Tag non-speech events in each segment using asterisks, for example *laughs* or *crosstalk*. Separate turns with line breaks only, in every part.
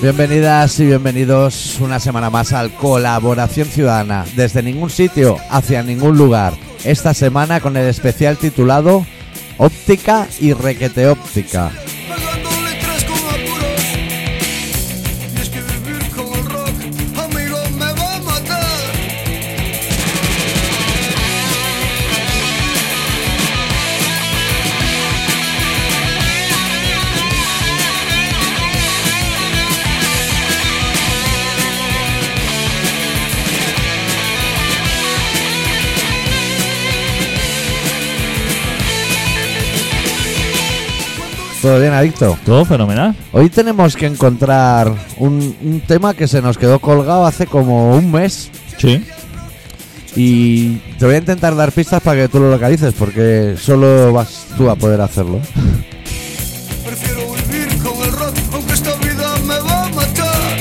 Bienvenidas y bienvenidos una semana más al Colaboración Ciudadana, desde ningún sitio, hacia ningún lugar. Esta semana con el especial titulado Óptica y Requete Óptica.
Pagando letras con apuros Y es que vivir con el rock Amigo me va a matar
¿Todo bien, Adicto?
Todo fenomenal.
Hoy tenemos que encontrar un, un tema que se nos quedó colgado hace como un mes
Sí.
y te voy a intentar dar pistas para que tú lo localices porque solo vas tú a poder hacerlo.
Prefiero vivir con el rock Aunque esta vida me va a matar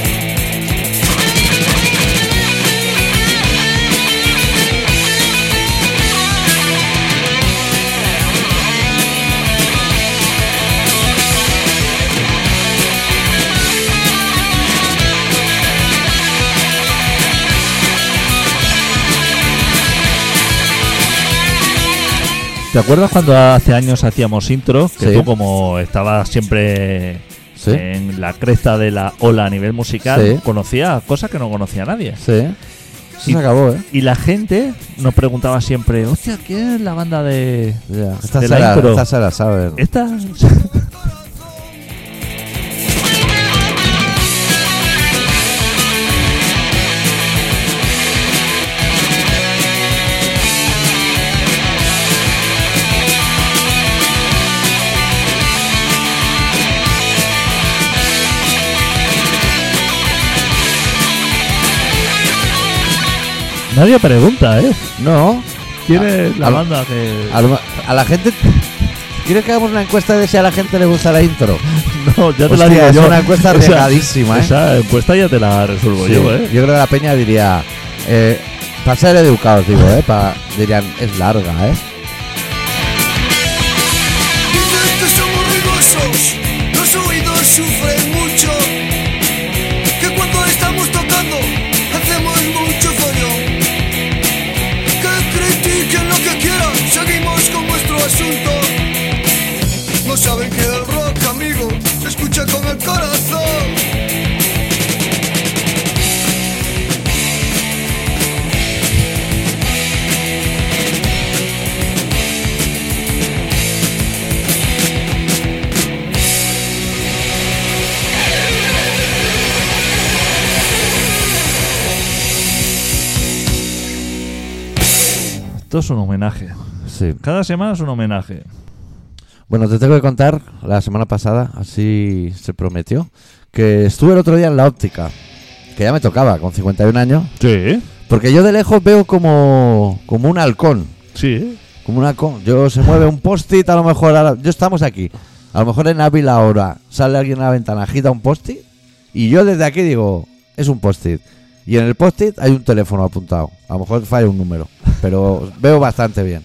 ¿Te acuerdas cuando hace años hacíamos intro? Que
Sí.
tú como estabas siempre
Sí.
en la cresta de la ola a nivel musical,
Sí.
conocía cosas que no conocía nadie.
Sí. Eso se acabó, ¿eh?
Y la gente nos preguntaba siempre, hostia, ¿quién es la banda de...
Ya, esta,
De
se
la
la,
intro.
esta se la saben.
Esta? Nadie pregunta, ¿eh? Ah,
No,
¿Quién es la
al-
banda que...?
a, lo- a la gente. ¿Quieres que hagamos una encuesta de si a la gente le gusta la intro?
*laughs* No, ya te
Hostia,
la digo
es
yo.
una
*laughs*
encuesta
Esa-
arriesgadísima, ¿eh?
Esa encuesta ya te la resuelvo
Sí,
yo, ¿eh?
creo que la peña diría. Eh, para ser educados, digo, ¿eh? pa- dirían, es larga, ¿eh?
Dicen que somos ruidosos Los oídos sufren mucho Que cuando estamos tocando Hacemos mucho fallo Que critiquen lo que quieran Seguimos con nuestro asunto No saben que el rock, amigo Se escucha con el corazón
Esto es un homenaje.
Sí.
Cada semana es un homenaje.
Bueno, te tengo que contar, la semana pasada, así se prometió, que estuve el otro día en la óptica, que ya me tocaba, con 51 años,
Sí,
porque yo de lejos veo como, como un halcón,
sí.
Como una con- Yo se mueve un post-it, a lo mejor ahora. Yo estamos aquí. A lo mejor en Ávila ahora sale alguien a la ventana, agita un post-it. Y yo desde aquí digo, es un post-it. Y en el post-it hay un teléfono apuntado. A lo mejor falla un número. Pero veo bastante bien.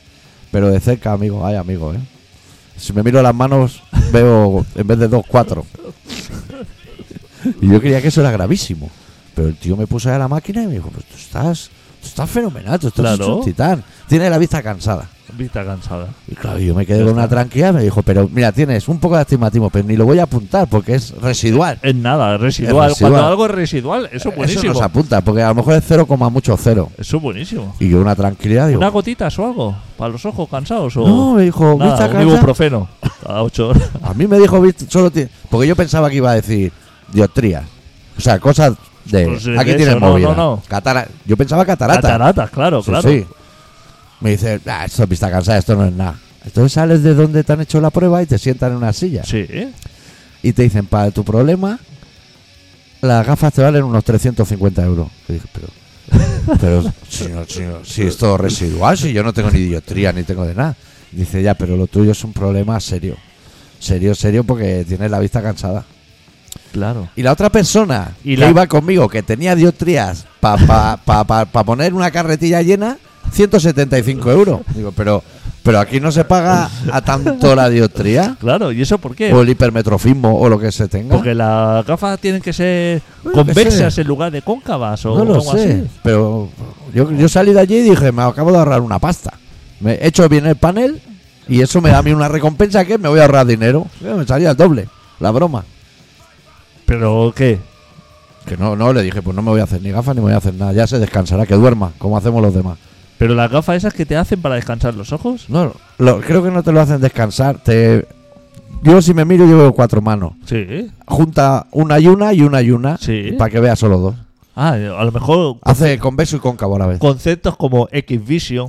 Pero de cerca, amigo, ay, amigo, ¿eh? Si me miro las manos, veo en vez de dos, cuatro. Y yo creía que eso era gravísimo. Pero el tío me puso ahí a la máquina y me dijo, pues tú estás, tú estás fenomenal, tú estás
Claro.
un titán. Tiene la vista cansada.
Vista cansada.
Y claro, yo me quedé con una tranquila y me dijo, pero mira, tienes un poco de astigmatismo, pero ni lo voy a apuntar porque es residual.
Es nada, es residual.
Es residual.
Cuando algo es residual, eso es
Eso
buenísimo.
no se
Eso,
apunta, porque a lo mejor es 0, mucho cero.
es buenísimo.
Y yo una tranquilidad digo,
¿Una gotitas o algo? ¿Para los ojos cansados? O...
no, me dijo,
nada,
vista
un
cansada".
ibuprofeno. A 8 horas.
A mí me dijo, "Vista- solo ti-". porque yo pensaba que iba a decir dioptrías. O sea, cosas de...
Pues de
aquí
eso,
tienes
no,
movida.
no, no.
Catara- yo pensaba catarata.
Cataratas, claro,
Sí,
claro.
sí. Me dice, "Ah, esto es vista cansada, esto no es nada. Entonces sales de donde te han hecho la prueba y te sientan en una silla.
Sí, ¿eh?
y te dicen, para tu problema, las gafas te valen unos 350 euros. Y dije, pero pero si, no- si no- si es todo residual, si yo no tengo ni dioptría ni tengo de nada. Y dice, ya, pero lo tuyo es un problema serio. Serio, serio, porque tienes la vista cansada.
claro.
Y la otra persona
Y
que
la-
iba conmigo, que tenía dioptrías para poner una carretilla llena, 175 euros. Digo, pero, pero aquí no se paga a tanto la dioptría
Claro, ¿y eso por qué?
o el hipermetrofismo o lo que se tenga.
Eh. Porque las gafas tienen que ser
Bueno, que
convexas
sé.
en lugar de cóncavas o
no lo
algo
sé,
así.
pero yo, yo salí de allí y dije, me acabo de ahorrar una pasta. Me he hecho bien el panel y eso me da a mí una recompensa que me voy a ahorrar dinero. Eh, Me salía el doble, la broma.
¿Pero qué?
Que no, no, le dije, pues no me voy a hacer ni gafas ni me voy a hacer nada. Ya se descansará, que duerma, como hacemos los demás.
¿Pero las gafas esas que te hacen para descansar los ojos?
No, lo- creo que no te lo hacen descansar. Te... Yo si me miro llevo cuatro manos.
Sí.
Junta una y una y una y una
Sí.
para que vea solo dos.
Ah, a lo mejor
Hace convexo y cóncavo a la vez.
conceptos como *laughs* X-Vision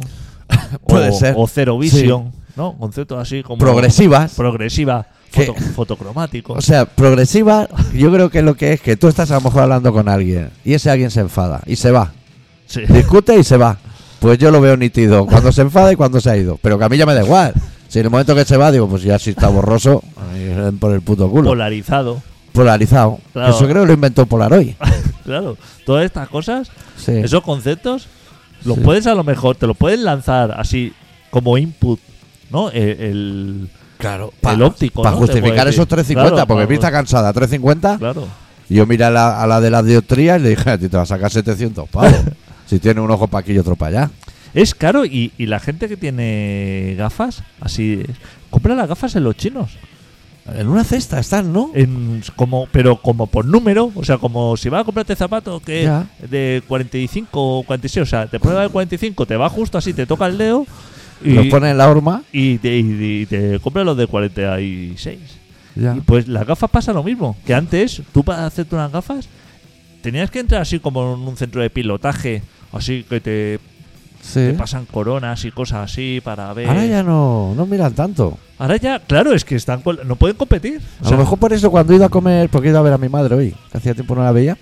Puede
o,
ser.
o Zero Vision, ¿no? Conceptos así como...
Progresivas.
Progresiva,
Que-
foto- fotocromático.
O sea, progresiva, yo creo que es lo que es que tú estás a lo mejor hablando con alguien y ese alguien se enfada y se va.
Sí. *laughs*
Discute y se va. Pues yo lo veo nítido, cuando se enfada y cuando se ha ido. Pero que a mí ya me da igual. Si en el momento que se va, digo, pues ya si está borroso, ay, den por el puto culo.
Polarizado. *laughs*
Polarizado.
Claro.
Eso creo que lo inventó Polaroid.
Claro, todas estas cosas,
Sí.
esos conceptos, los
Sí.
puedes a lo mejor, te los puedes lanzar así como input, ¿no? El, el-
claro.
el óptico,
Para
¿no? Te
justificar
puede
esos
decir.
350,
Claro,
porque
claro.
mi está cansada, 350.
claro,
Y yo miré a la, a la de las dioptrías y le dije, a ti te va a sacar 700
*laughs*
pavos. si tiene un ojo para aquí y otro para allá.
es caro y, y la gente que tiene gafas, así, compra las gafas en los chinos,
En una cesta están, ¿no?
en, como, pero como por número, o sea, como si vas a comprarte zapatos que
Ya.
de 45 o 46, o sea, te prueba el 45, te va justo así, te toca el dedo y,
Los ponen en la horma.
y te, y- y te compra los de 46.
Ya.
Y pues las gafas pasa lo mismo. Que antes, tú para hacerte unas gafas, tenías que entrar así como en un centro de pilotaje. Así que te, te
Sí.
pasan coronas y cosas así para ver.
¿Eh? Ahora ya no, no miran tanto.
Ahora ya, claro, es que están col- no pueden competir. O
A
sea,
lo mejor por eso cuando he ido a comer, porque he ido a ver a mi madre hoy, que hacía tiempo no la veía.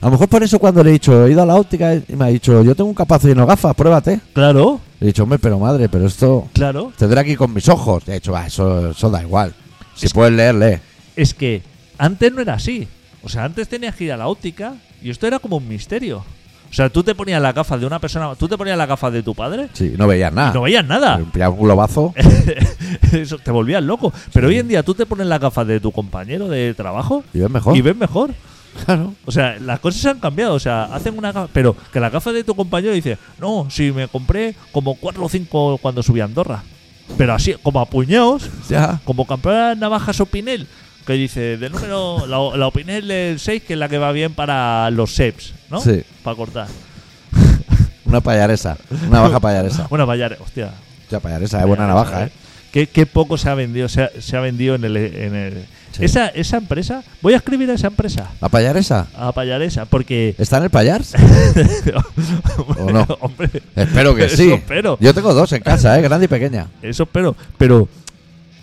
A lo mejor por eso cuando le he dicho, he ido a la óptica y me ha dicho, yo tengo un capazo lleno de gafas, pruébate.
Claro,
He dicho, hombre, pero madre, pero esto
claro.
tendré aquí con mis ojos. He dicho, va, eso, eso da igual. Si
Es-
puedes leer, lee.
Es que antes no era así. O sea, antes tenías que ir a la óptica y esto era como un misterio. O sea, tú te ponías las gafas de una persona, tú te ponías las gafas de tu padre,
Sí, no veías nada.
no veías nada.
Pillaba un globazo.
*laughs* Eso, te volvías loco. Pero hoy en día tú te pones las gafas de tu compañero de trabajo
Y ves mejor.
y ves mejor.
Claro.
O sea, las cosas han cambiado. O sea, hacen una gafa- Pero que las gafas de tu compañero dice, no, si me compré como 4 o 5 cuando subí a Andorra. Pero así, como a puñados,
Ya.
como comprar navajas o pinel. Que dice, de número, la, la opinel del 6, que es la que va bien para los SEPs, ¿no?
Sí.
Para cortar.
Una payaresa. Una baja
*laughs*
payaresa.
Bueno, vaya, hostia,
Hostia, payaresa, es buena navaja, ¿eh?
Qué, qué poco se ha vendido, se ha, se ha vendido en el... en el-
Sí.
Esa, esa empresa, voy a escribir a esa empresa,
¿La payaresa?
a Payaresa, porque...
¿Está en el payars? Eh. ¿O no?
*laughs* Hombre,
Espero
*laughs*
que
Eso
sí.
espero.
Yo tengo dos en
*laughs*
casa, ¿eh? grande y pequeña.
eso espero. Pero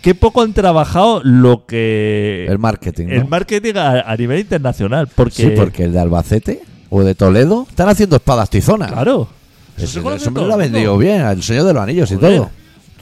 qué poco han trabajado lo que...
El marketing. ¿no?
Eh, el marketing a, a nivel internacional, porque...
Sí, porque el de Albacete o de Toledo están haciendo espadas tizonas.
Claro. Eso
Ese,
se conoce
ese Ah. hombre
todo
lo ha
el mundo.
vendido bien, el señor de los anillos y
Joder,
todo.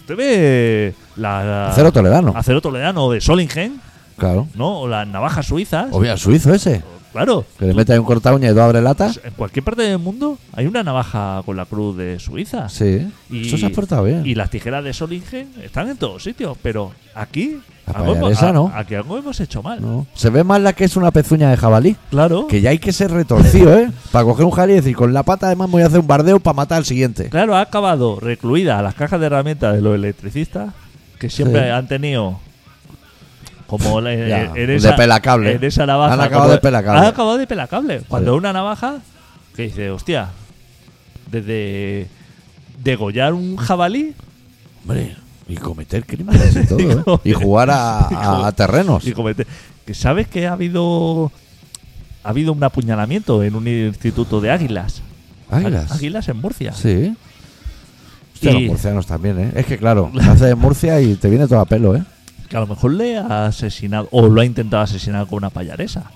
Usted ve la... la-
Acero toledano.
Acero Toledano de Solingen,
Claro.
¿no? O las navajas suizas.
Obvio, el suizo ese.
Claro. Pues,
Que le mete ahí un corta uña y dos abre latas.
En cualquier parte del mundo hay una navaja con la cruz de Suiza.
Sí.
Y-
Eso se ha portado bien.
Y las tijeras de Solingen están en todos sitios, pero aquí.
La
algo hemos-
payaresa,
a-
¿no.
Aquí algo hemos hecho mal.
No. Se ve más la que es una pezuña de jabalí.
Claro.
Que ya hay que ser retorcido, ¿eh? Para coger un jabalí y decir, con la pata además me voy a hacer un bardeo para matar al siguiente.
Claro, ha acabado recluida a las cajas de herramientas de los electricistas, que siempre
Sí.
han tenido. Como la- eh,
Ya,
en, en
de
esa,
pelacable.
en esa navaja.
Han acabado
como-
de pelacable.
Han acabado de pelacable. Cuando
Sí.
una navaja que dice, hostia, desde degollar un jabalí
Hombre, y cometer crímenes y todo,
*laughs*
¿eh? Y jugar a, a- a terrenos.
y comete- Que sabes que ha habido ha habido un apuñalamiento en un instituto de águilas.
Águilas.
Águilas en Murcia.
Sí. Hostia,
Y-
los murcianos también, ¿eh? Es que claro, nace de Murcia y te viene todo a pelo, ¿eh?
Que a lo mejor le ha asesinado o lo ha intentado asesinar con una payaresa.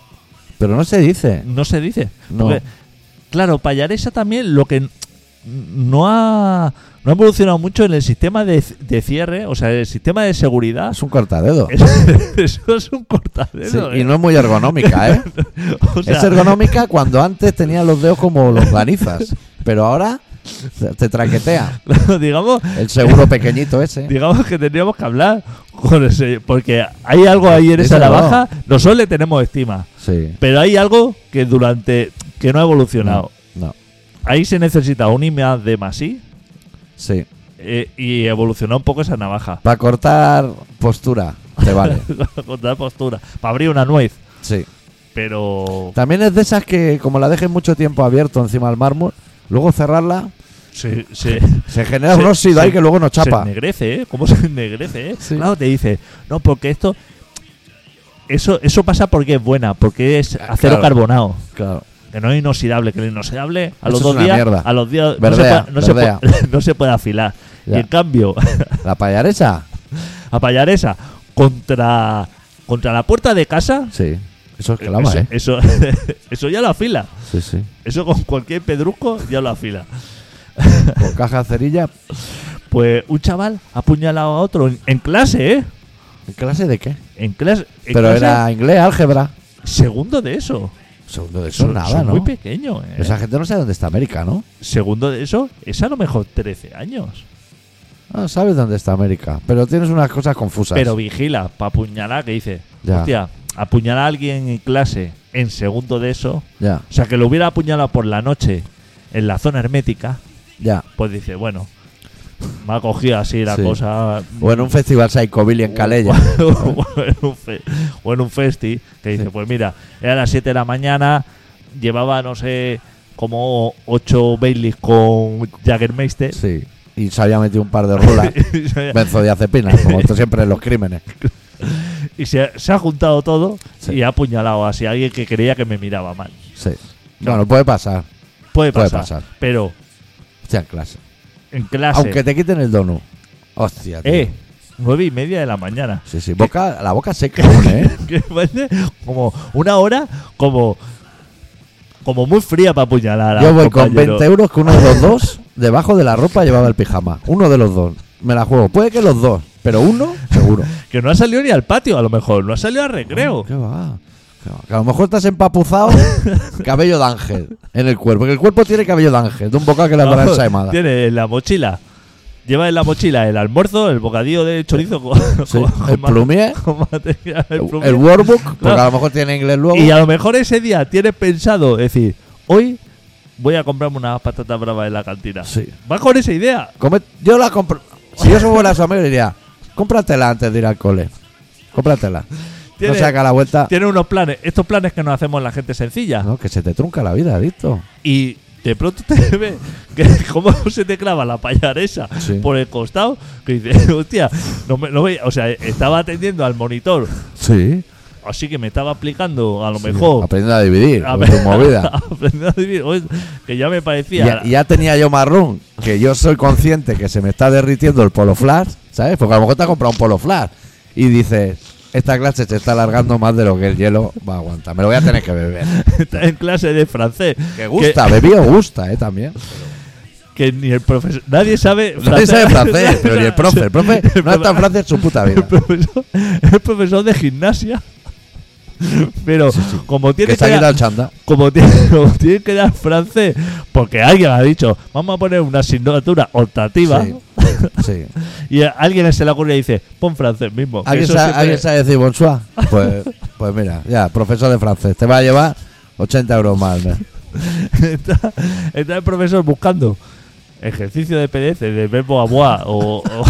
Pero no se dice.
No se dice.
No.
Porque, claro, Pallaresa también lo que n- no ha, no ha evolucionado mucho en el sistema de, de cierre, o sea, el sistema de
*laughs*
seguridad.
Es un cortadedo.
Eso, eso es un
Sí,
cortadero.
y no es muy ergonómica, ¿eh?
¿eh? *laughs* O sea,
es ergonómica cuando antes tenía los dedos como los ganizas. Pero ahora Te- Te traquetea.
*laughs* digamos,
El
*laughs*
seguro pequeñito ese.
digamos que tendríamos que hablar con ese. Porque hay algo ahí en esa
Díselo.
navaja. Nosotros le tenemos estima.
Sí.
Pero hay algo que durante. que no ha evolucionado.
No. no.
Ahí se necesita un IMA de Masí
Sí.
eh, y evolucionó un poco esa navaja.
Para cortar postura, te
*laughs*
vale.
con tal postura. Para abrir una nuez.
Sí.
Pero.
También es de esas que, como la dejes mucho tiempo abierto encima del mármol, luego cerrarla,
Se,
*laughs*
se,
se genera
Se-
un óxido
se-
ahí que luego no
se
chapa.
ennegrece, ¿eh? ¿Cómo se ennegrece, eh?
Sí.
Claro, te dice. No, porque esto. Eso, eso pasa porque es buena, porque es
Ah,
acero
claro.
carbonado.
Claro.
que no es inoxidable, que el inoxidable a
Eso
los
es
dos
una
días,
mierda.
a los días
Verdea,
no, se puede, no, se
verdea.
puede, *laughs* no se puede afilar.
Ya.
Y en cambio, *laughs*
La payaresa,
a Pallaresa contra contra la puerta de casa,
sí. Eso es clama,
eso,
¿eh?
eso, *laughs* eso ya lo afila.
Sí, sí.
Eso con cualquier pedrusco ya lo afila.
Con caja de cerilla,
Pues un chaval ha apuñalado a otro en, en clase, ¿eh?
¿clase de qué?
En clase, en
Pero
clase,
era inglés, álgebra.
segundo de eso.
Segundo de eso,
Son,
nada,
son
¿no?
muy pequeño, ¿eh?
Esa gente no sabe dónde está América, ¿no?
Segundo de eso es a lo mejor 13 años.
No Ah, sabes dónde está América, pero tienes unas cosas confusas.
Pero vigila, para apuñalar, que dice,
Ya.
hostia, apuñalar a alguien en clase en segundo de eso,
Ya,
o sea, que lo hubiera apuñalado por la noche en la zona hermética,
ya.
pues dice, bueno, me ha cogido así la
Sí.
cosa.
O en un festival Psychobilly en
*laughs*
Calella.
o,
*laughs*
en un fe- o en un festi, que dice,
Sí.
pues mira, era a las 7 de la mañana, llevaba, no sé, como 8 Baileys con Jaggermeister. *laughs*
Sí. Y se había metido un par de rulas. Benzodiazepinas, como tú siempre en los crímenes.
y se, se ha juntado todo
Sí.
y ha apuñalado así a alguien que creía que me miraba mal.
Sí. Bueno, puede pasar.
Puede
Puede
pasar.
pasar.
Pero
Hostia, en clase.
en clase.
Aunque te quiten el donut. Hostia, tío.
Ah, Eh, nueve y media de la mañana. *laughs*
Sí, sí. Boca, la boca seca, aún, ¿eh?
Que parece como una hora como. Como muy fría para apuñalar. a
Yo
un
voy con
compañero.
20 euros que uno de los dos, debajo de la ropa, llevaba el pijama. Uno de los dos. Me la juego. Puede que los dos, pero uno,
*laughs*
seguro.
Que no ha salido ni al patio, a lo mejor. No ha salido al recreo.
¿Qué va? ¿Qué va? Que a lo mejor estás
*laughs*
empapuzado, cabello de ángel en el cuerpo. Que el cuerpo tiene cabello de ángel, de un bocado que le habrá
Vamos,
ensaimada.
Tiene en la mochila. Lleva en la mochila el almuerzo, el bocadillo de chorizo con,
Sí,
con- con
el
ma-
plumier,
con material, el
el,
plumier.
el workbook, porque
Claro.
a lo mejor tiene inglés luego.
Y a lo mejor ese día tienes pensado decir, hoy voy a comprarme unas patatas bravas en la cantina.
Sí.
Va con esa idea.
Come- yo la compro. Si yo fuera su amigo, diría: cómpratela antes de ir al cole. Cómpratela. No
Tiene-
saca la vuelta.
Tiene unos planes, estos planes que nos hacemos la gente sencilla.
No, que se te trunca la vida, adicto.
Y de pronto te *laughs* ve que cómo se te clava la payaresa
Sí.
por el costado. Que dices, *laughs* hostia, no me, no veía". o sea, estaba atendiendo al monitor.
Sí.
Así que me estaba aplicando a lo mejor.
Aprendiendo a dividir
a
con tu
*laughs* ver-
movida.
aprendiendo a vivir. Oye, Que ya me
Y
parecía.
ya,
*laughs*
y ya tenía yo marrón, que yo soy consciente que se me está derritiendo el polo flash, ¿sabes? Porque a lo mejor te has comprado un polo flash y dices, esta clase se está alargando más de lo que el hielo va a aguantar, me lo voy a tener que
*laughs*
beber.
en clase de francés.
Que gusta, bebido gusta, ¿eh?
*laughs*
También.
que ni el profesor. Nadie sabe
*laughs* Nadie sabe francés, pero
*laughs*
ni el profe.
profe
El profe no está en Francia en su puta
*laughs* El
vida.
profesor, el profesor de gimnasia. *laughs* Pero como
Que
tiene
se ha
que,
quitado
dar,
el chanda.
como *laughs* tiene, como tiene que dar francés, porque alguien ha dicho, vamos a poner una asignatura optativa,
Sí, sí.
y a alguien se le ocurre y dice, pon francés mismo. que
¿Alguien
eso
sabe,
siempre-
alguien sabe decir
*laughs*
bonsoir? Pues, pues mira, ya, profesor de francés, te va a llevar 80 euros más. ¿no?
*laughs* está, está el profesor buscando ejercicio de PDF del verbo avoir o,
*laughs*
o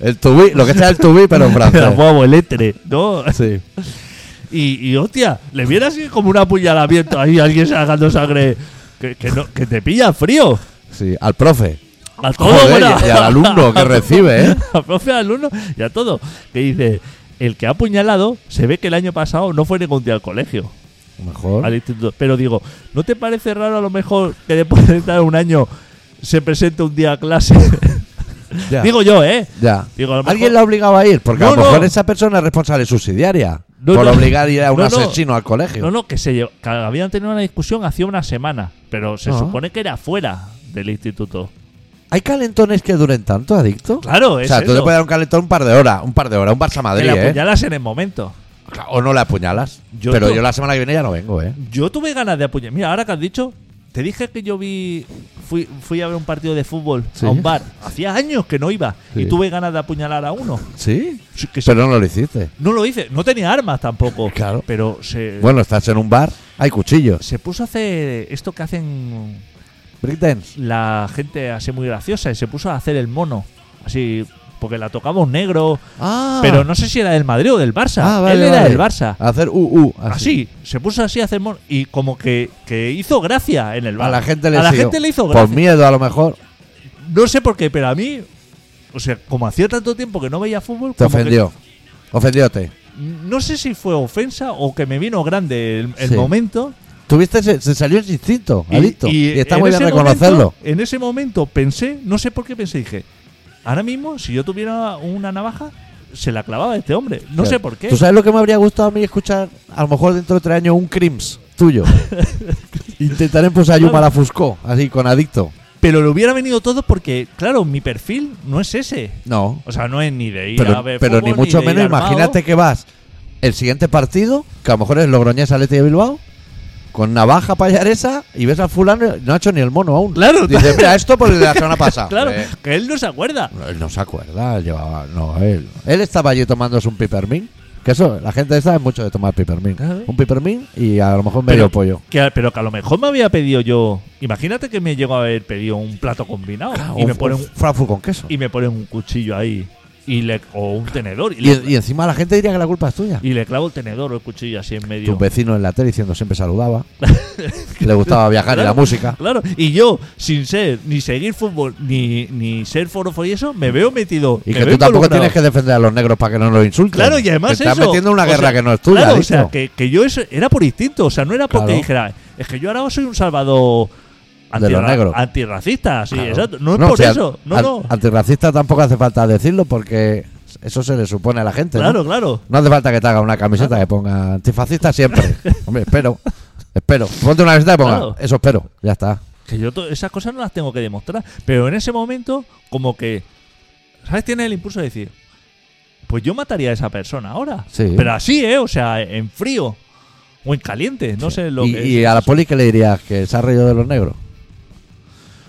El tubí, lo que sea el tubí, pero
*laughs*
en francés.
avoir o lettre, ¿no?
Sí.
Y, y, hostia, le viene así como un apuñalamiento ahí, alguien sacando sangre. Que, que no, que te pilla frío.
Sí, al profe.
A todo,
Joder,
bueno.
y- y al alumno
*laughs*
que
A todo,
recibe, ¿eh?
Al profe, al alumno y a todo. Que dice, el que ha apuñalado se ve que el año pasado no fue ningún día al colegio.
Mejor.
al instituto. Pero digo, ¿no te parece raro a lo mejor que después de estar un año se presente un día a clase?
*laughs* Ya.
digo yo, ¿eh?
ya.
digo, a lo mejor-
Alguien la obligaba a ir, porque a
No,
lo mejor
no.
esa persona es responsable subsidiaria
No,
por
no.
obligar a ir a un
No, no.
asesino al colegio.
No, no, que se llev- que habían tenido una discusión hacía una semana, pero se
Ah.
supone que era fuera del instituto.
¿Hay calentones que duren tanto, adicto?
Claro,
o
es
sea, tú te
eso.
puedes dar un calentón un par de horas, un par de horas, un Barça
Que
Madrid,
la
¿eh?
apuñalas en el momento.
Claro, O no la apuñalas.
Yo
pero
no.
yo la semana que viene ya no vengo, ¿eh?
Yo tuve ganas de apuñalar. Mira, ahora que has dicho, Te dije que yo vi. Fui, fui a ver un partido de fútbol
Sí.
a un bar. Hacía años que no iba.
Sí.
Y tuve ganas de apuñalar a uno.
¿Sí?
Sí, que sí.
Pero no lo hiciste.
No lo hice. No tenía armas tampoco.
Claro.
Pero se,
Bueno, estás en un bar, hay cuchillos.
se puso a hacer esto que hacen
Breakdance.
la gente así muy graciosa. Y se puso a hacer el mono. Así. Porque la tocaba un negro.
Ah,
Pero no sé si era del Madrid o del Barça.
Ah, vale,
Él era
vale.
del Barça. Ah,
Hacer uh, uh, así.
Así, se puso así a hacer mono. Y como que, que hizo gracia en el bar.
A la gente le,
a la
siguió. Pues
gente le hizo gracia.
Por miedo, a lo mejor.
No sé por qué, pero a mí, o sea, como hacía tanto tiempo que no veía fútbol,
Te
como que-
ofendió. Ofendióte.
no sé si fue ofensa o que me vino grande el, el
Sí.
momento.
Tuviste, ese- se, salió ese instinto, adicto. Y, está
en
muy bien
ese
reconocerlo.
momento- en ese momento pensé, no sé por qué pensé, dije, ahora mismo, si yo tuviera una navaja, se la clavaba a este hombre. No sé por qué.
¿Tú sabes lo que me habría gustado a mí escuchar? A lo mejor dentro de tres años un Crims
*laughs*
tuyo. Intentaré pues a Yuma la Fusco, así con adicto.
Pero le hubiera venido todo porque, claro, mi perfil no es ese.
No,
O sea, no es ni de ir a
pero,
ver
pero
fútbol,
ni mucho
de ir
menos.
armado.
Imagínate que vas el siguiente partido, que a lo mejor es Logroñés Atleti de Bilbao, con navaja payaresa y ves al fulano, y no ha hecho ni el mono aún.
Claro,
Dice, mira, esto por el de la
*laughs*
semana pasada.
claro,
Eh,
que él no se acuerda.
No, él no se acuerda, él llevaba. No, él. Él estaba allí tomándose un pipermín. Que eso, la gente sabe mucho de tomar pipermín.
Claro.
Un pipermín y a lo mejor medio pollo.
Que, a- Ah, ¿eh? pero que a lo mejor me había pedido yo. Imagínate que me llegó a haber pedido un plato combinado y,
Ah, Un-
me ponen,
un Frankfurt con queso. Y,
y me ponen un cuchillo ahí y le, o un tenedor y, le,
y encima la gente diría que la culpa es tuya.
y le clavo el tenedor o el cuchillo así en medio.
Tu vecino en la tele diciendo siempre
*laughs*
saludaba. le gustaba viajar y la
Claro.
música.
Claro, y yo, sin ser ni seguir fútbol ni, ni ser forofo y eso, me veo metido.
Y
me
que
veo
tú tampoco
involucrado.
tienes que defender a los negros para que no los insulten.
Claro, y además
Te estás
eso,
metiendo en una
o
guerra
sea,
que no es tuya.
Claro, o
listo.
sea, que, que yo eso era por instinto, o sea, no era porque
Claro.
dijera, es que yo ahora soy un salvador
De los
antirra-
negros.
antirracista, sí,
Claro.
exacto. No es por
o sea,
eso, no,
an-
no.
Antirracista tampoco hace falta decirlo porque eso se le supone a la gente. ¿no?
Claro, claro.
No hace falta que te haga una camiseta que ponga antifascista
*laughs*
siempre. Hombre, espero. Espero. Ponte una camiseta y ponga.
Claro.
Eso espero. Ya está.
Que yo to- esas cosas no las tengo que demostrar. Pero en ese momento, como que. ¿Sabes? Tiene el impulso de decir. Pues yo mataría a esa persona ahora.
Sí.
Pero así, ¿eh? O sea, en frío. O en caliente. No sé lo
y,
que.
y
es.
a la poli, ¿qué le dirías? ¿Que se ha reído de los negros?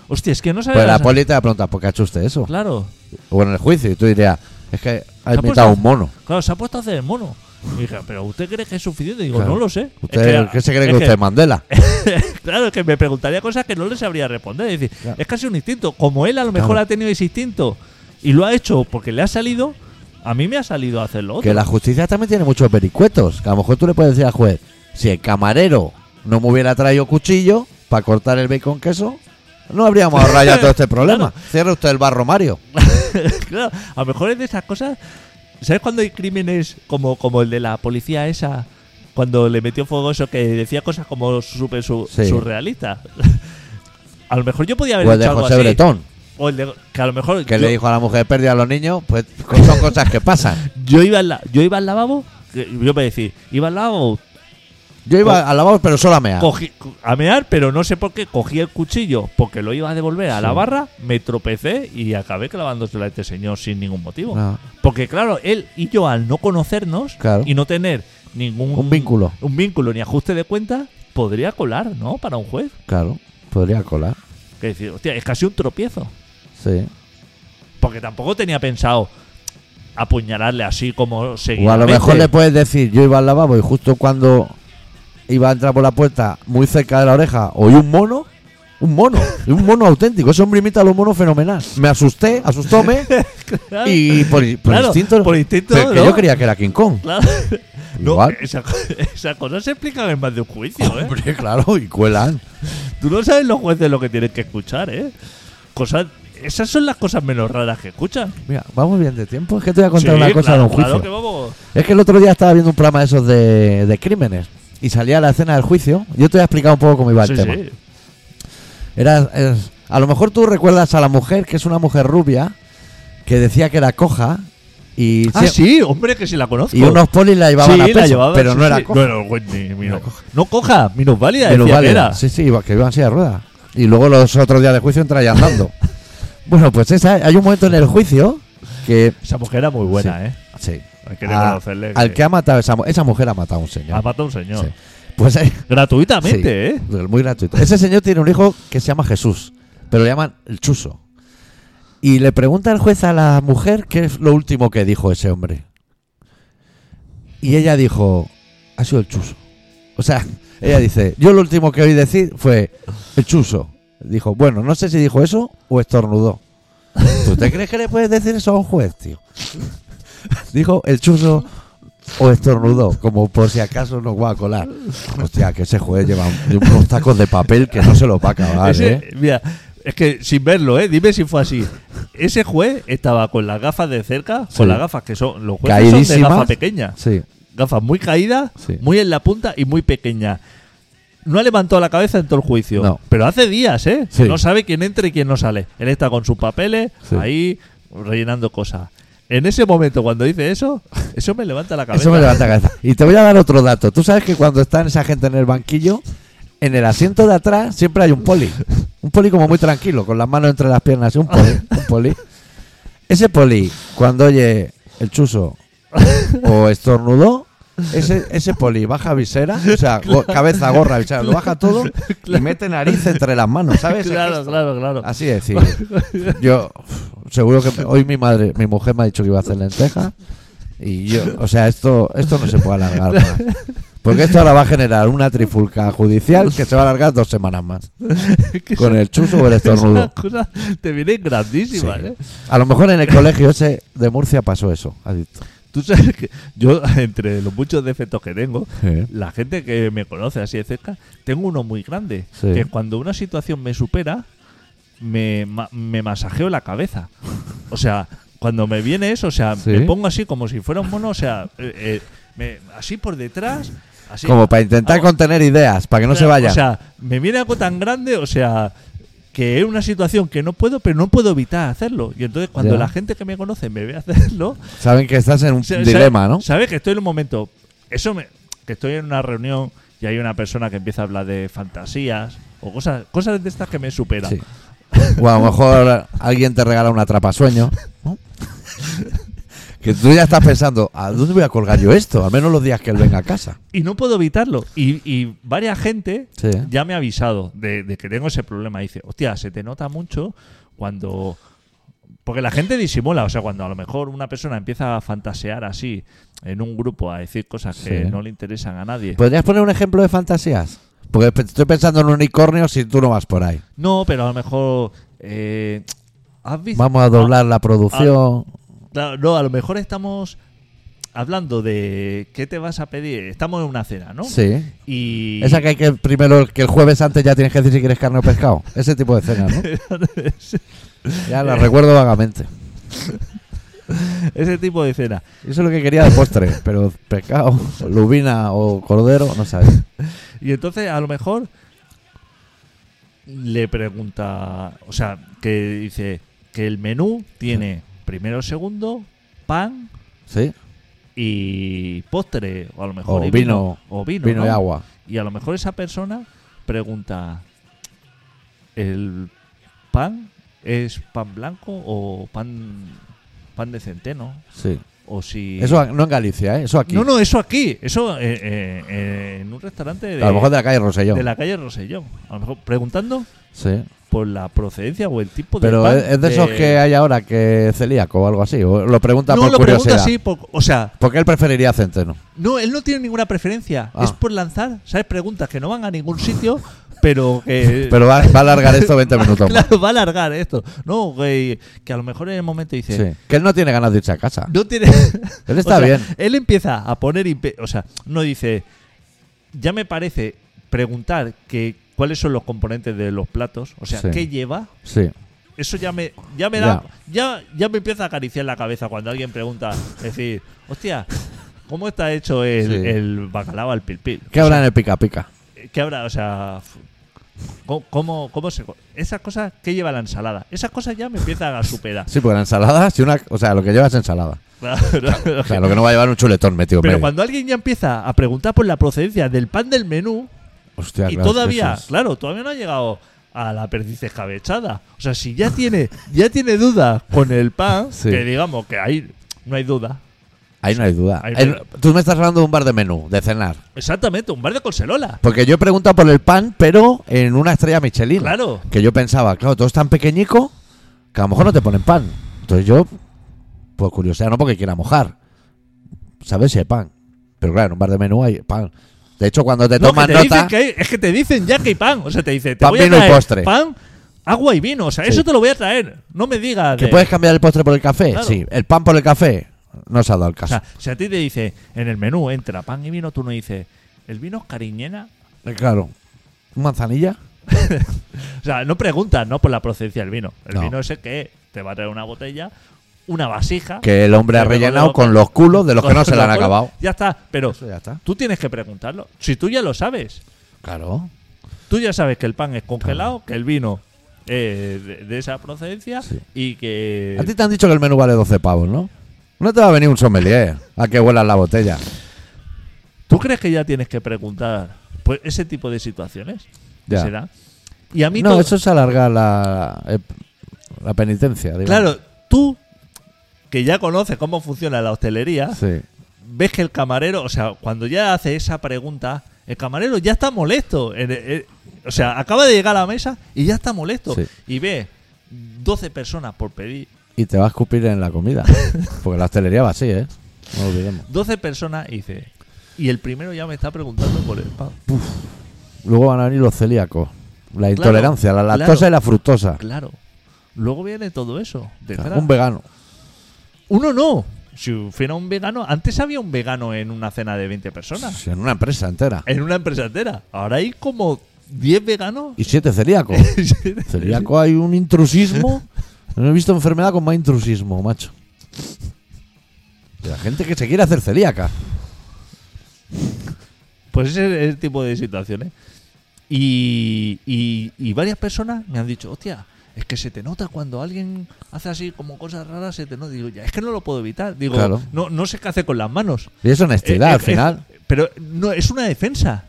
Hostia, es que no sabes.
Pues la poli te va a preguntar ¿por qué achuste eso?
Claro.
O en el juicio. Y tú dirías, es que ha
pues
invitado
ya.
un mono.
Claro, se ha puesto a hacer el mono. Y dije, ¿pero usted cree que es suficiente? Digo,
Claro.
no lo sé.
¿Usted,
Es
¿Qué se cree
es
que usted es Mandela?
*laughs* claro, es que me preguntaría cosas que no le sabría responder. Es decir,
Claro.
es casi un instinto. Como él a lo mejor
Claro.
ha tenido ese instinto y lo ha hecho porque le ha salido, a mí me ha salido hacerlo.
Que la justicia también tiene muchos vericuetos. Que a lo mejor tú le puedes decir al juez, si el camarero no me hubiera traído cuchillo para cortar el bacon queso, no habríamos ahorrado ya todo
*laughs*
este problema. Cierra usted el barro, Mario.
Claro, a lo mejor es de esas cosas. ¿Sabes cuando hay crímenes como, como el de la policía esa? Cuando le metió fuego eso que decía cosas como súper su-
Sí.
surrealistas. *laughs* A lo mejor yo podía haber
O el de
hecho algo
José
así.
Bretón.
O el de- que a lo mejor
que
yo,
le dijo a la mujer perdí a los niños, pues *laughs* son cosas que pasan.
yo iba al la- yo iba al lavabo, que- yo me decía, iba al lavabo,
Yo iba al lavabo, pero solo a mear.
cogí- a mear, pero no sé por qué cogí el cuchillo, porque lo iba a devolver a la
Sí.
barra, me tropecé y acabé clavándosela a este señor sin ningún motivo.
No.
Porque claro, él y yo al no conocernos
Ah. Claro.
y no tener ningún
Un vínculo.
un vínculo ni ajuste de cuenta, podría colar, ¿no? Para un juez.
Claro, podría colar.
Que decir, hostia, es casi un tropiezo.
Sí.
Porque tampoco tenía pensado apuñalarle así como
O a lo
seguidamente.
mejor le puedes decir, yo iba al lavabo y justo cuando iba a entrar por la puerta, muy cerca de la oreja, oí un mono. Un mono, y un mono auténtico. Ese hombre imita a los monos fenomenal. Me asusté, asustóme
Claro,
*laughs* y por, por
claro,
instinto.
por instinto,
pero que
¿no?
yo creía que era King Kong.
*laughs* Claro. *laughs* No,
Igual.
esa, co- *laughs* esa cosa se explica en más de un juicio, ¿eh?
Hombre, claro, y cuelan.
Tú no sabes los jueces lo que tienen que escuchar, ¿eh? Cosas, esas son las cosas menos raras que escuchan.
Mira, vamos bien de tiempo. Es que te voy a contar
Sí,
una cosa
claro,
de un juicio.
claro que vamos.
Es que el otro día estaba viendo un programa de esos de, de crímenes y salía la escena del juicio. Yo te voy a explicar un poco cómo iba el
Sí,
tema.
sí.
Era, es- a lo mejor tú recuerdas a la mujer, que es una mujer rubia, que decía que era coja y,
Ah,
sie-
sí, hombre, que sí la conozco.
y unos polis la llevaban
Sí,
a
la
peso,
llevaban,
pero
sí,
no
sí.
era coja.
No, no, Wendy, mira. No coja, minusválida,
Pero
decía que
vale,
era.
Sí, sí, iba- que iban silla de ruedas. Y luego los otros días de juicio entra ya andando.
*laughs*
bueno, pues esa, hay un momento en el juicio que...
Esa mujer era muy buena, ¿eh?
Sí.
Hay que
a-
reconocerle.
al
que
que ha matado esa, mu- esa mujer ha matado a un señor.
ha matado a un señor.
Sí. Pues hay-
Gratuitamente, ¿eh?
Muy gratuito. Ese señor tiene un hijo que se llama Jesús, pero le llaman el Chuso. Y le pregunta el juez a la mujer qué es lo último que dijo ese hombre. Y ella dijo, ha sido el Chuso. O sea, ella dice, yo lo último que oí decir fue el Chuso. Dijo, bueno, no sé si dijo eso o estornudó. ¿Tú te crees que le puedes decir eso a un juez, tío? Dijo el Chuso o estornudó, como por si acaso nos va a colar. Hostia, que ese juez lleva un- unos tacos de papel que no se los va a acabar,
Ese-
¿eh?
Mira, es que sin verlo, ¿eh? Dime si fue así. Ese juez estaba con las gafas de cerca,
Sí.
con las gafas que son los jueces son de
Caídísimas.
gafas pequeñas.
Sí.
Gafas muy caídas,
Sí.
muy en la punta y muy pequeñas. No ha levantado la cabeza en todo el juicio.
No.
Pero hace días, ¿eh?
Sí.
No sabe quién entra y quién no sale. Él está con sus papeles,
Sí.
ahí, rellenando cosas. En ese momento, cuando dice eso, eso me levanta la cabeza.
Eso me levanta la cabeza. Y te voy a dar otro dato. Tú sabes que cuando están esa gente en el banquillo, en el asiento de atrás siempre hay un poli. Un poli como muy tranquilo, con las manos entre las piernas. y Un poli. Un poli. Ese poli, cuando oye el chuso o estornudó, ese, ese poli baja visera, o sea, go- cabeza, gorra, visera, lo baja todo y mete nariz entre las manos, ¿sabes?
*laughs* Claro, claro, claro.
Así es, sí. Yo uf, seguro que hoy mi madre, mi mujer me ha dicho que iba a hacer lenteja y yo, o sea, esto esto no se puede alargar más. Porque esto ahora va a generar una trifulca judicial que se va a alargar dos semanas más.
*laughs* Que
Con el chuzo o el
Esas
estornudo.
cosas te vienen grandísimas,
Sí.
¿eh?
A lo mejor en el colegio ese de Murcia pasó eso, adicto.
Tú sabes que yo, *laughs* entre los muchos defectos que tengo, la gente que me conoce así de cerca, tengo uno muy grande.
Sí.
Que cuando una situación me supera, me, ma- me masajeo la cabeza. O sea, cuando me viene eso, o sea,
Sí.
me pongo así como si fuera un mono, o sea, eh, eh, me- así por detrás. Así,
Como para intentar
hago-
contener ideas, para que no se
Claro,
vayan.
O sea, me viene algo tan grande, o sea, que es una situación que no puedo, pero no puedo evitar hacerlo. Y entonces cuando
Ya.
la gente que me conoce me ve hacerlo,
Saben que estás en un
*laughs* sa-
dilema,
sa-
¿no?
Sabes que estoy en un momento, eso me, que estoy en una reunión y hay una persona que empieza a hablar de fantasías o cosas, cosas de estas que me superan.
Sí. O a lo mejor alguien te regala una trapasueño. ¿no? Que tú ya estás pensando, ¿a dónde voy a colgar yo esto? Al menos los días que él venga a casa.
Y no puedo evitarlo. Y, y varias gente
Sí.
ya me ha avisado de, de que tengo ese problema. Dice, hostia, se te nota mucho cuando... Porque la gente disimula, o sea, cuando a lo mejor una persona empieza a fantasear así en un grupo, a decir cosas que
Sí. Pues
no le interesan a nadie.
¿Podrías poner un ejemplo de fantasías? Porque pe- estoy pensando en unicornio si tú no vas por ahí.
no, pero a lo mejor... eh, ¿Has visto?
Vamos a doblar la producción.
Ah, Claro, no, a lo mejor estamos hablando de qué te vas a pedir. Estamos en una cena, ¿no?
Sí.
Y...
Esa que hay que primero, que el jueves antes ya tienes que decir si quieres carne o pescado. Ese tipo de cenas, ¿no?
*laughs*
Ya la recuerdo vagamente.
*laughs* Ese tipo de cena.
Eso es lo que quería de postre, pero pescado, lubina o cordero, no sabes.
Y entonces a lo mejor le pregunta, o sea, que dice que el menú tiene primero, segundo, pan
¿Sí?
y postre, o a lo mejor
O
y
vino,
o vino,
Vino y
¿no?
agua.
Y a lo mejor esa persona pregunta, ¿el pan es pan blanco o pan, pan de centeno?
Sí.
O si...
Eso no en Galicia, ¿eh? eso aquí.
no, no, eso aquí, eso eh, eh, eh, en un restaurante de,
a lo mejor de la calle Rosellón.
de la calle Rosellón. A lo mejor preguntando
Sí.
por la procedencia o el tipo de
Pero
pan
es, es de esos que hay ahora que es celíaco o algo así. O lo pregunta
no
por
lo pregunta
curiosidad.
así por- o sea
Porque él preferiría centeno.
no él no tiene ninguna preferencia
Ah.
es por lanzar sabes preguntas que no van a ningún sitio pero que
*laughs* Pero va, va a alargar esto 20 minutos más.
*laughs* claro va a alargar esto no que, que a lo mejor en el momento dice
Sí. Que él no tiene ganas de irse a casa.
no tiene
*laughs* Él está
O sea,
bien.
él empieza a poner impe- o sea no dice ya me parece preguntar que cuáles son los componentes de los platos o sea
Sí.
qué lleva
Sí.
Eso ya me, ya me da. Ya. Ya, me empieza a acariciar la cabeza cuando alguien pregunta. Es decir, hostia, ¿cómo está hecho el,
Sí.
el bacalao al pilpil?
¿Qué habrá en el pica pica?
Eh, ¿Qué habrá? O sea. f- ¿cómo- ¿Cómo, cómo se.? co- Esas cosas que lleva la ensalada. Esas cosas ya me empiezan
*laughs*
a superar.
Sí, porque la ensalada, si una, o sea, lo que lleva es ensalada. O sea, lo que no va a llevar un chuletón metido en
Pero
medio.
cuando alguien ya empieza a preguntar por la procedencia del pan del menú,
Hostia,
y
claro,
todavía,
eso es-
claro, todavía no ha llegado a la perdiz escabechada. O sea, si *laughs* ya tiene, ya tiene duda con el pan,
Sí.
que digamos que ahí no hay duda.
Ahí no hay duda.
Ahí-
Ahí no- tú me estás hablando de un bar de menú, de cenar.
Exactamente, un bar de colserola.
Porque yo he preguntado por el pan, pero en una estrella Michelin.
Claro.
Que yo pensaba, claro, todo es tan pequeñico que a lo mejor no te ponen pan. Entonces yo, por curiosidad, no porque quiera mojar. ¿Sabes si hay pan? Pero claro, en un bar de menú hay pan. De hecho, cuando te
No, que
toman
te
nota.
dicen que hay- es que te dicen ya que hay pan. O sea, te dice, te
Pan,
voy a
vino y
traer
postre.
pan, agua y vino. O sea,
Sí.
eso te lo voy a traer. No me digas.
¿Que
de-
puedes cambiar el postre por el café?
Claro.
Sí. ¿El pan por el café? No se ha dado el
O
caso.
sea, si a ti te dice en el menú entra pan y vino, tú no dices, ¿el vino es cariñena?
claro. ¿Manzanilla?
O sea, no preguntas, ¿no? Por la procedencia del vino. El
No.
vino es el que es. te va a traer una botella, una vasija.
Que el hombre ha
Pero
rellenado
luego-
con los culos
*laughs*
de los que
con
no se le han
los-
acabado.
Ya está, pero
Eso ya está.
tú tienes que preguntarlo. Si tú ya lo sabes,
Claro.
tú ya sabes que el pan es congelado, que el vino es de, de esa procedencia
Sí.
y que.
A ti te han dicho que el menú vale 12 pavos, ¿no? No te va a venir un sommelier a que huelas la botella.
¿Tú crees que ya tienes que preguntar pues, ese tipo de situaciones? que
Ya.
se da? Y a mí
No,
todo-
eso es alargar la, eh, la penitencia. digamos.
Claro, tú que ya conoces cómo funciona la hostelería,
Sí.
ves que el camarero, o sea, cuando ya hace esa pregunta, el camarero ya está molesto. En- en- o sea, acaba de llegar a la mesa y ya está molesto.
Sí.
Y ve 12 personas por pedir,
Y te va a escupir en la
*laughs*
comida. Porque la hostelería va así, ¿eh? No lo olvidemos.
12 personas y dice, y el primero ya me está preguntando por el pan. Pues
Luego van a venir los celíacos. La intolerancia, la lactosa
claro.
y la fructosa.
Claro. Luego viene todo eso. detrás.
Un vegano.
Uno no. Si fuera un vegano, antes había un vegano en una cena de 20 personas,
Sí, En una empresa entera.
en una empresa entera. Ahora hay como
*laughs*
10 veganos.
Y siete
*laughs*
celíacos. Celíaco hay un intrusismo. No he visto enfermedad con más intrusismo, macho. De la gente que se quiere hacer celíaca.
Pues ese es el tipo de situaciones. Y, y- y varias personas me han dicho, hostia, es que se te nota cuando alguien hace así como cosas raras, se te nota. Digo, ya, es que no lo puedo evitar. Digo,
Claro.
no, no sé qué hace con las manos.
Y es honestidad,
Eh,
Este, al
eh,
final.
eh, pero no, es una defensa.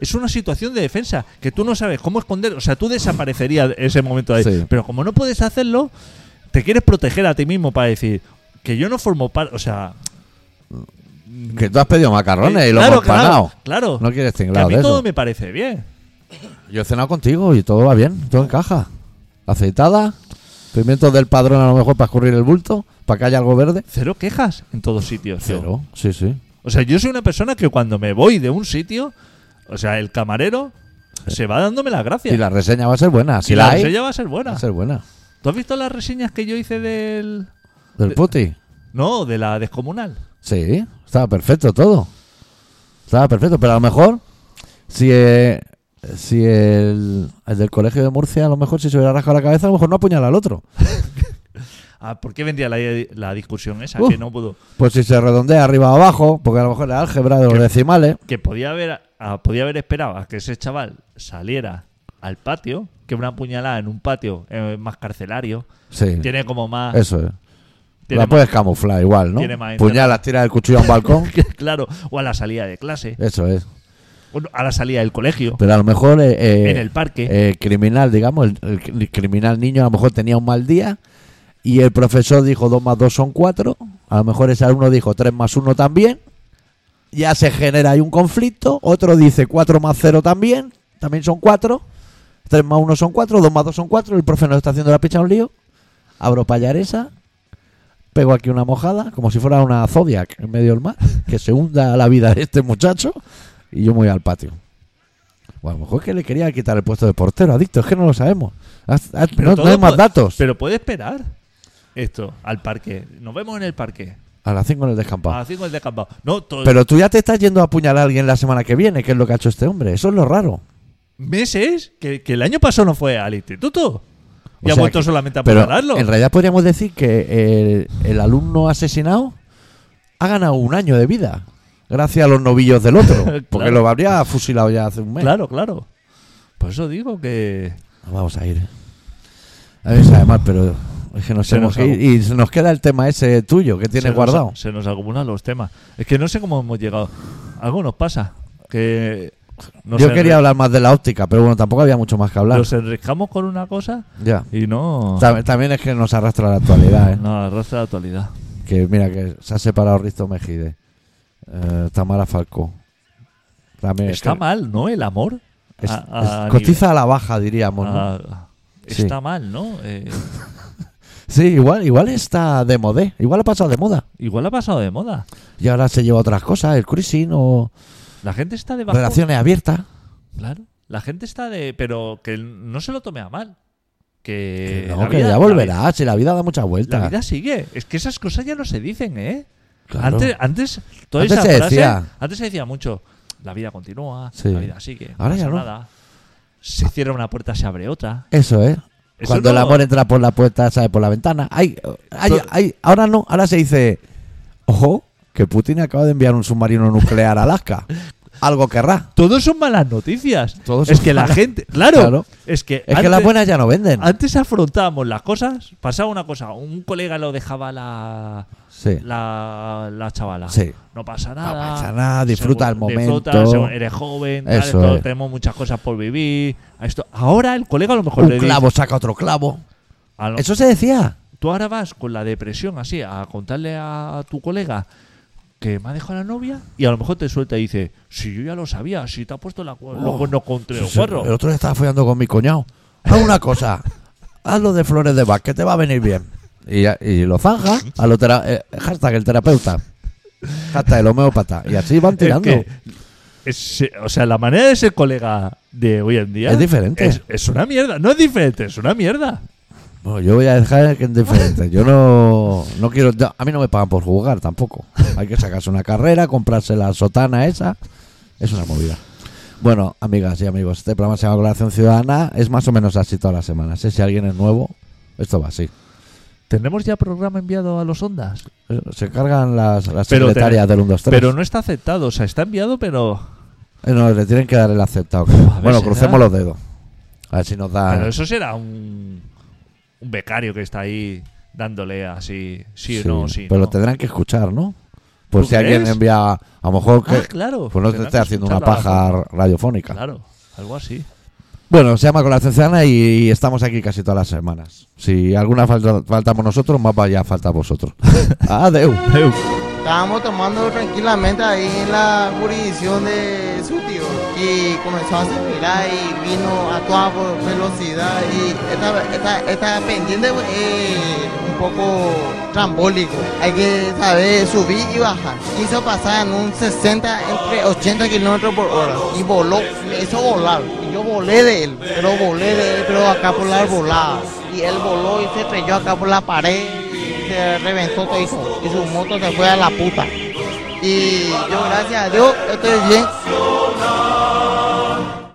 Es una situación de defensa que tú no sabes cómo esconder. O sea, tú desaparecerías ese momento ahí.
Sí.
Pero como no puedes hacerlo, te quieres proteger a ti mismo para decir que yo no formo parte. O sea,
Que tú has pedido macarrones
eh,
y los
claro,
hemos panado.
Claro, claro.
No quieres
Que a
tinglado
mí
de
todo
eso.
me parece bien.
Yo he cenado contigo y todo va bien, todo encaja. Aceitada, pimientos del padrón a lo mejor para escurrir el bulto, para que haya algo verde.
Cero quejas en todos sitios. yo.
Cero, sí, sí.
O sea, yo soy una persona que cuando me voy de un sitio, o sea, el camarero se va dándome las gracias.
Y la reseña va a ser buena. Si
Y
la,
la
hay,
reseña va a ser buena.
va a ser buena.
¿Tú has visto las reseñas que yo hice del.
¿Del
De-
puti?
No, de la descomunal.
Sí, estaba perfecto todo. Estaba perfecto, pero a lo mejor, si, eh, si el, el del colegio de Murcia, a lo mejor si se hubiera rascado la cabeza, a lo mejor no apuñala al otro.
Ah, ¿Por qué vendría la, la discusión esa?
Uh.
Que no pudo.
Pues si se redondea arriba o abajo, porque a lo mejor era álgebra de los
Que-
decimales.
Que podía haber, a- podía haber esperado a que ese chaval saliera al patio, que una puñalada en un patio eh, más carcelario.
Sí,
Tiene como más.
eso es.
tiene
la puedes camuflar igual, ¿no?
tiene más
Puñalas, tira el cuchillo a un
*laughs*
balcón.
más- claro, o a la salida de clase,
Eso es.
o no, a la salida del colegio,
Pero a lo mejor. eh, eh,
en el parque.
eh, criminal, digamos, el, el cri- criminal niño a lo mejor tenía un mal día y el profesor dijo 2 más 2 son 4. A lo mejor ese alumno dijo 3 más 1 también. Ya se genera ahí un conflicto. Otro dice 4 más 0 también. También son 4. 3 más 1 son 4. 2 más 2 son 4. El profe nos está haciendo la picha un lío. Abro payaresa. Pego aquí una mojada, como si fuera una Zodiac en medio del mar, *laughs* que se hunda la vida de este muchacho y yo me voy al patio. Bueno, a lo mejor es que le quería quitar el puesto de portero, adicto, es que no lo sabemos. Haz- haz-
Pero
no,
todo
no hay más
puede-
datos.
Pero puede esperar esto al parque. Nos vemos en el parque.
A las 5 en el
A
descampado.
las 5 del descampado. No, Ah, todo-
Pero tú ya te estás yendo a apuñalar a alguien la semana que viene, que es lo que ha hecho este hombre. Eso es lo raro.
meses que, que el año pasado no fue al instituto.
O
Y ha
sea
vuelto
que-
solamente a
Pero
apuntalarlo.
en realidad podríamos decir que el, el alumno asesinado ha ganado un año de vida. Gracias a los novillos del
*laughs*
otro.
Claro.
Porque lo habría fusilado ya hace un mes.
Claro, claro. Por eso digo que.
Vamos a ir. A ver, sabe mal, pero es que nos
Se
tenemos
nos
que ir. Y se nos queda el tema ese tuyo que
se
tienes
nos-
guardado.
se nos acumulan los temas. Es que no sé cómo hemos llegado. Algo nos pasa. Que. Nos
Yo
enri-
quería hablar más de la óptica, pero bueno, tampoco había mucho más que hablar.
Nos enriscamos con una cosa
Ya.
y no.
Ta- También es que nos arrastra la actualidad, ¿eh?
No, arrastra la actualidad.
Que mira, que se ha separado Risto Mejide. Eh, Tamara Falcó. También este-
Está
que-
mal, ¿no? El amor.
es-
a- a
es- cotiza a la baja, diríamos. ¿no?
Ah,
Sí.
Está mal, ¿no? Eh,
Sí, igual, igual está de modé. Igual ha pasado de moda.
igual ha pasado de moda.
Y ahora se lleva otras cosas, el cruising o
La gente está de bajo.
relaciones abiertas.
Claro. La gente está de. Pero que no se lo tome a mal. Que.
Que no,
Eh, la
que
vida-
ya
la
volverá, si la vida da muchas
La,
vueltas.
vida sigue. Es que esas cosas ya no se dicen, ¿eh?
Claro.
Antes, antes, toda
Antes
esa
se
frase-
decía.
Antes se decía mucho. La vida continúa,
Sí.
la vida sigue.
Ahora
no
ya
pasa
no.
nada. Se cierra una puerta, se abre otra.
Eso, ¿eh?
Eso
Cuando el
no-
amor entra por la puerta, sale por la ventana. Ay, ay,
Todo-
ay, ahora no, ahora se dice, ojo, que Putin acaba de enviar un submarino nuclear a
*laughs*
Alaska. Algo querrá.
Todos son malas noticias.
Todos
es
son
que la
malas-
gente. Claro.
Claro.
Es que.
Es que las buenas ya no venden.
Antes afrontábamos las cosas, pasaba una cosa, un colega lo dejaba la
Sí.
la, la chavala.
Sí.
No pasa
No
nada.
pasa nada, disfruta el
disfruta,
momento.
según- eres joven, tal,
Eso
todo,
es.
tenemos muchas cosas por vivir. a Esto. Ahora el colega a lo mejor le
Un
dice-
clavo saca otro clavo.
a lo-
Eso se decía.
Tú ahora vas con la depresión así a contarle a tu colega que me ha dejado la novia y a lo mejor te suelta y dice, si yo ya lo sabía, si te ha puesto la, cu-
Oh.
los cuernos con tres o cuatro.
El otro día estaba follando con mi cuñado. Haz una cosa. *laughs* Hazlo de flores de Bach, que te va a venir bien. Y, ya- y lo zanja a lo tera- eh, hashtag el terapeuta. Hashtag el homeópata. Y así van
Es
tirando.
que es- eh, o sea, la manera de ser colega de hoy en día
Es diferente.
Es, es una mierda. No es diferente, es una mierda.
Bueno, yo voy a dejar que es diferente. Yo no, no quiero. yo- a mí no me pagan por jugar tampoco. Hay que sacarse una carrera, comprarse la sotana esa. Es una movida. Bueno, amigas y amigos, este programa se llama Colaboración Ciudadana. Es más o menos así todas las semanas. ¿eh? Si alguien es nuevo, esto va así.
Tenemos ya programa enviado a los ondas.
Eh, Se cargan las, las
Pero te-
secretarias del 1, 2, 3.
Pero no está aceptado. O sea, está enviado, pero.
Eh, No, le tienen que dar el aceptado.
ver,
bueno,
¿será?
crucemos los dedos. A ver si nos da.
Pero eso será un, un becario que está ahí dándole así, sí,
Sí,
o no, sí.
Pero
no.
lo tendrán que escuchar, ¿no? Por
¿Tú
si alguien
crees?
envía. A lo mejor que.
Ah, claro.
Pues no te
tendrán
esté
que
haciendo una
escucharlo
paja
abajo.
radiofónica.
Claro, algo así.
Bueno, se llama Colaboración Ciudadana y estamos aquí casi todas las semanas. Si alguna falta, faltamos nosotros, más vaya falta
*laughs*
vosotros. Adeu.
Estábamos tomando tranquilamente ahí en la jurisdicción de su tío y comenzó a acelerar y vino a toda vo- velocidad y esta, esta, esta pendiente güey, es un poco trambólico. Hay que saber subir y bajar. Quiso pasar en un 60 entre 80 kilómetros por hora y voló, me hizo volar. Y yo volé de él, pero volé de él, pero acá por la arbolada. Y él voló y se estrelló acá por la pared se reventó todo eso, y su moto se fue a la puta. Y yo, gracias a Dios, estoy bien.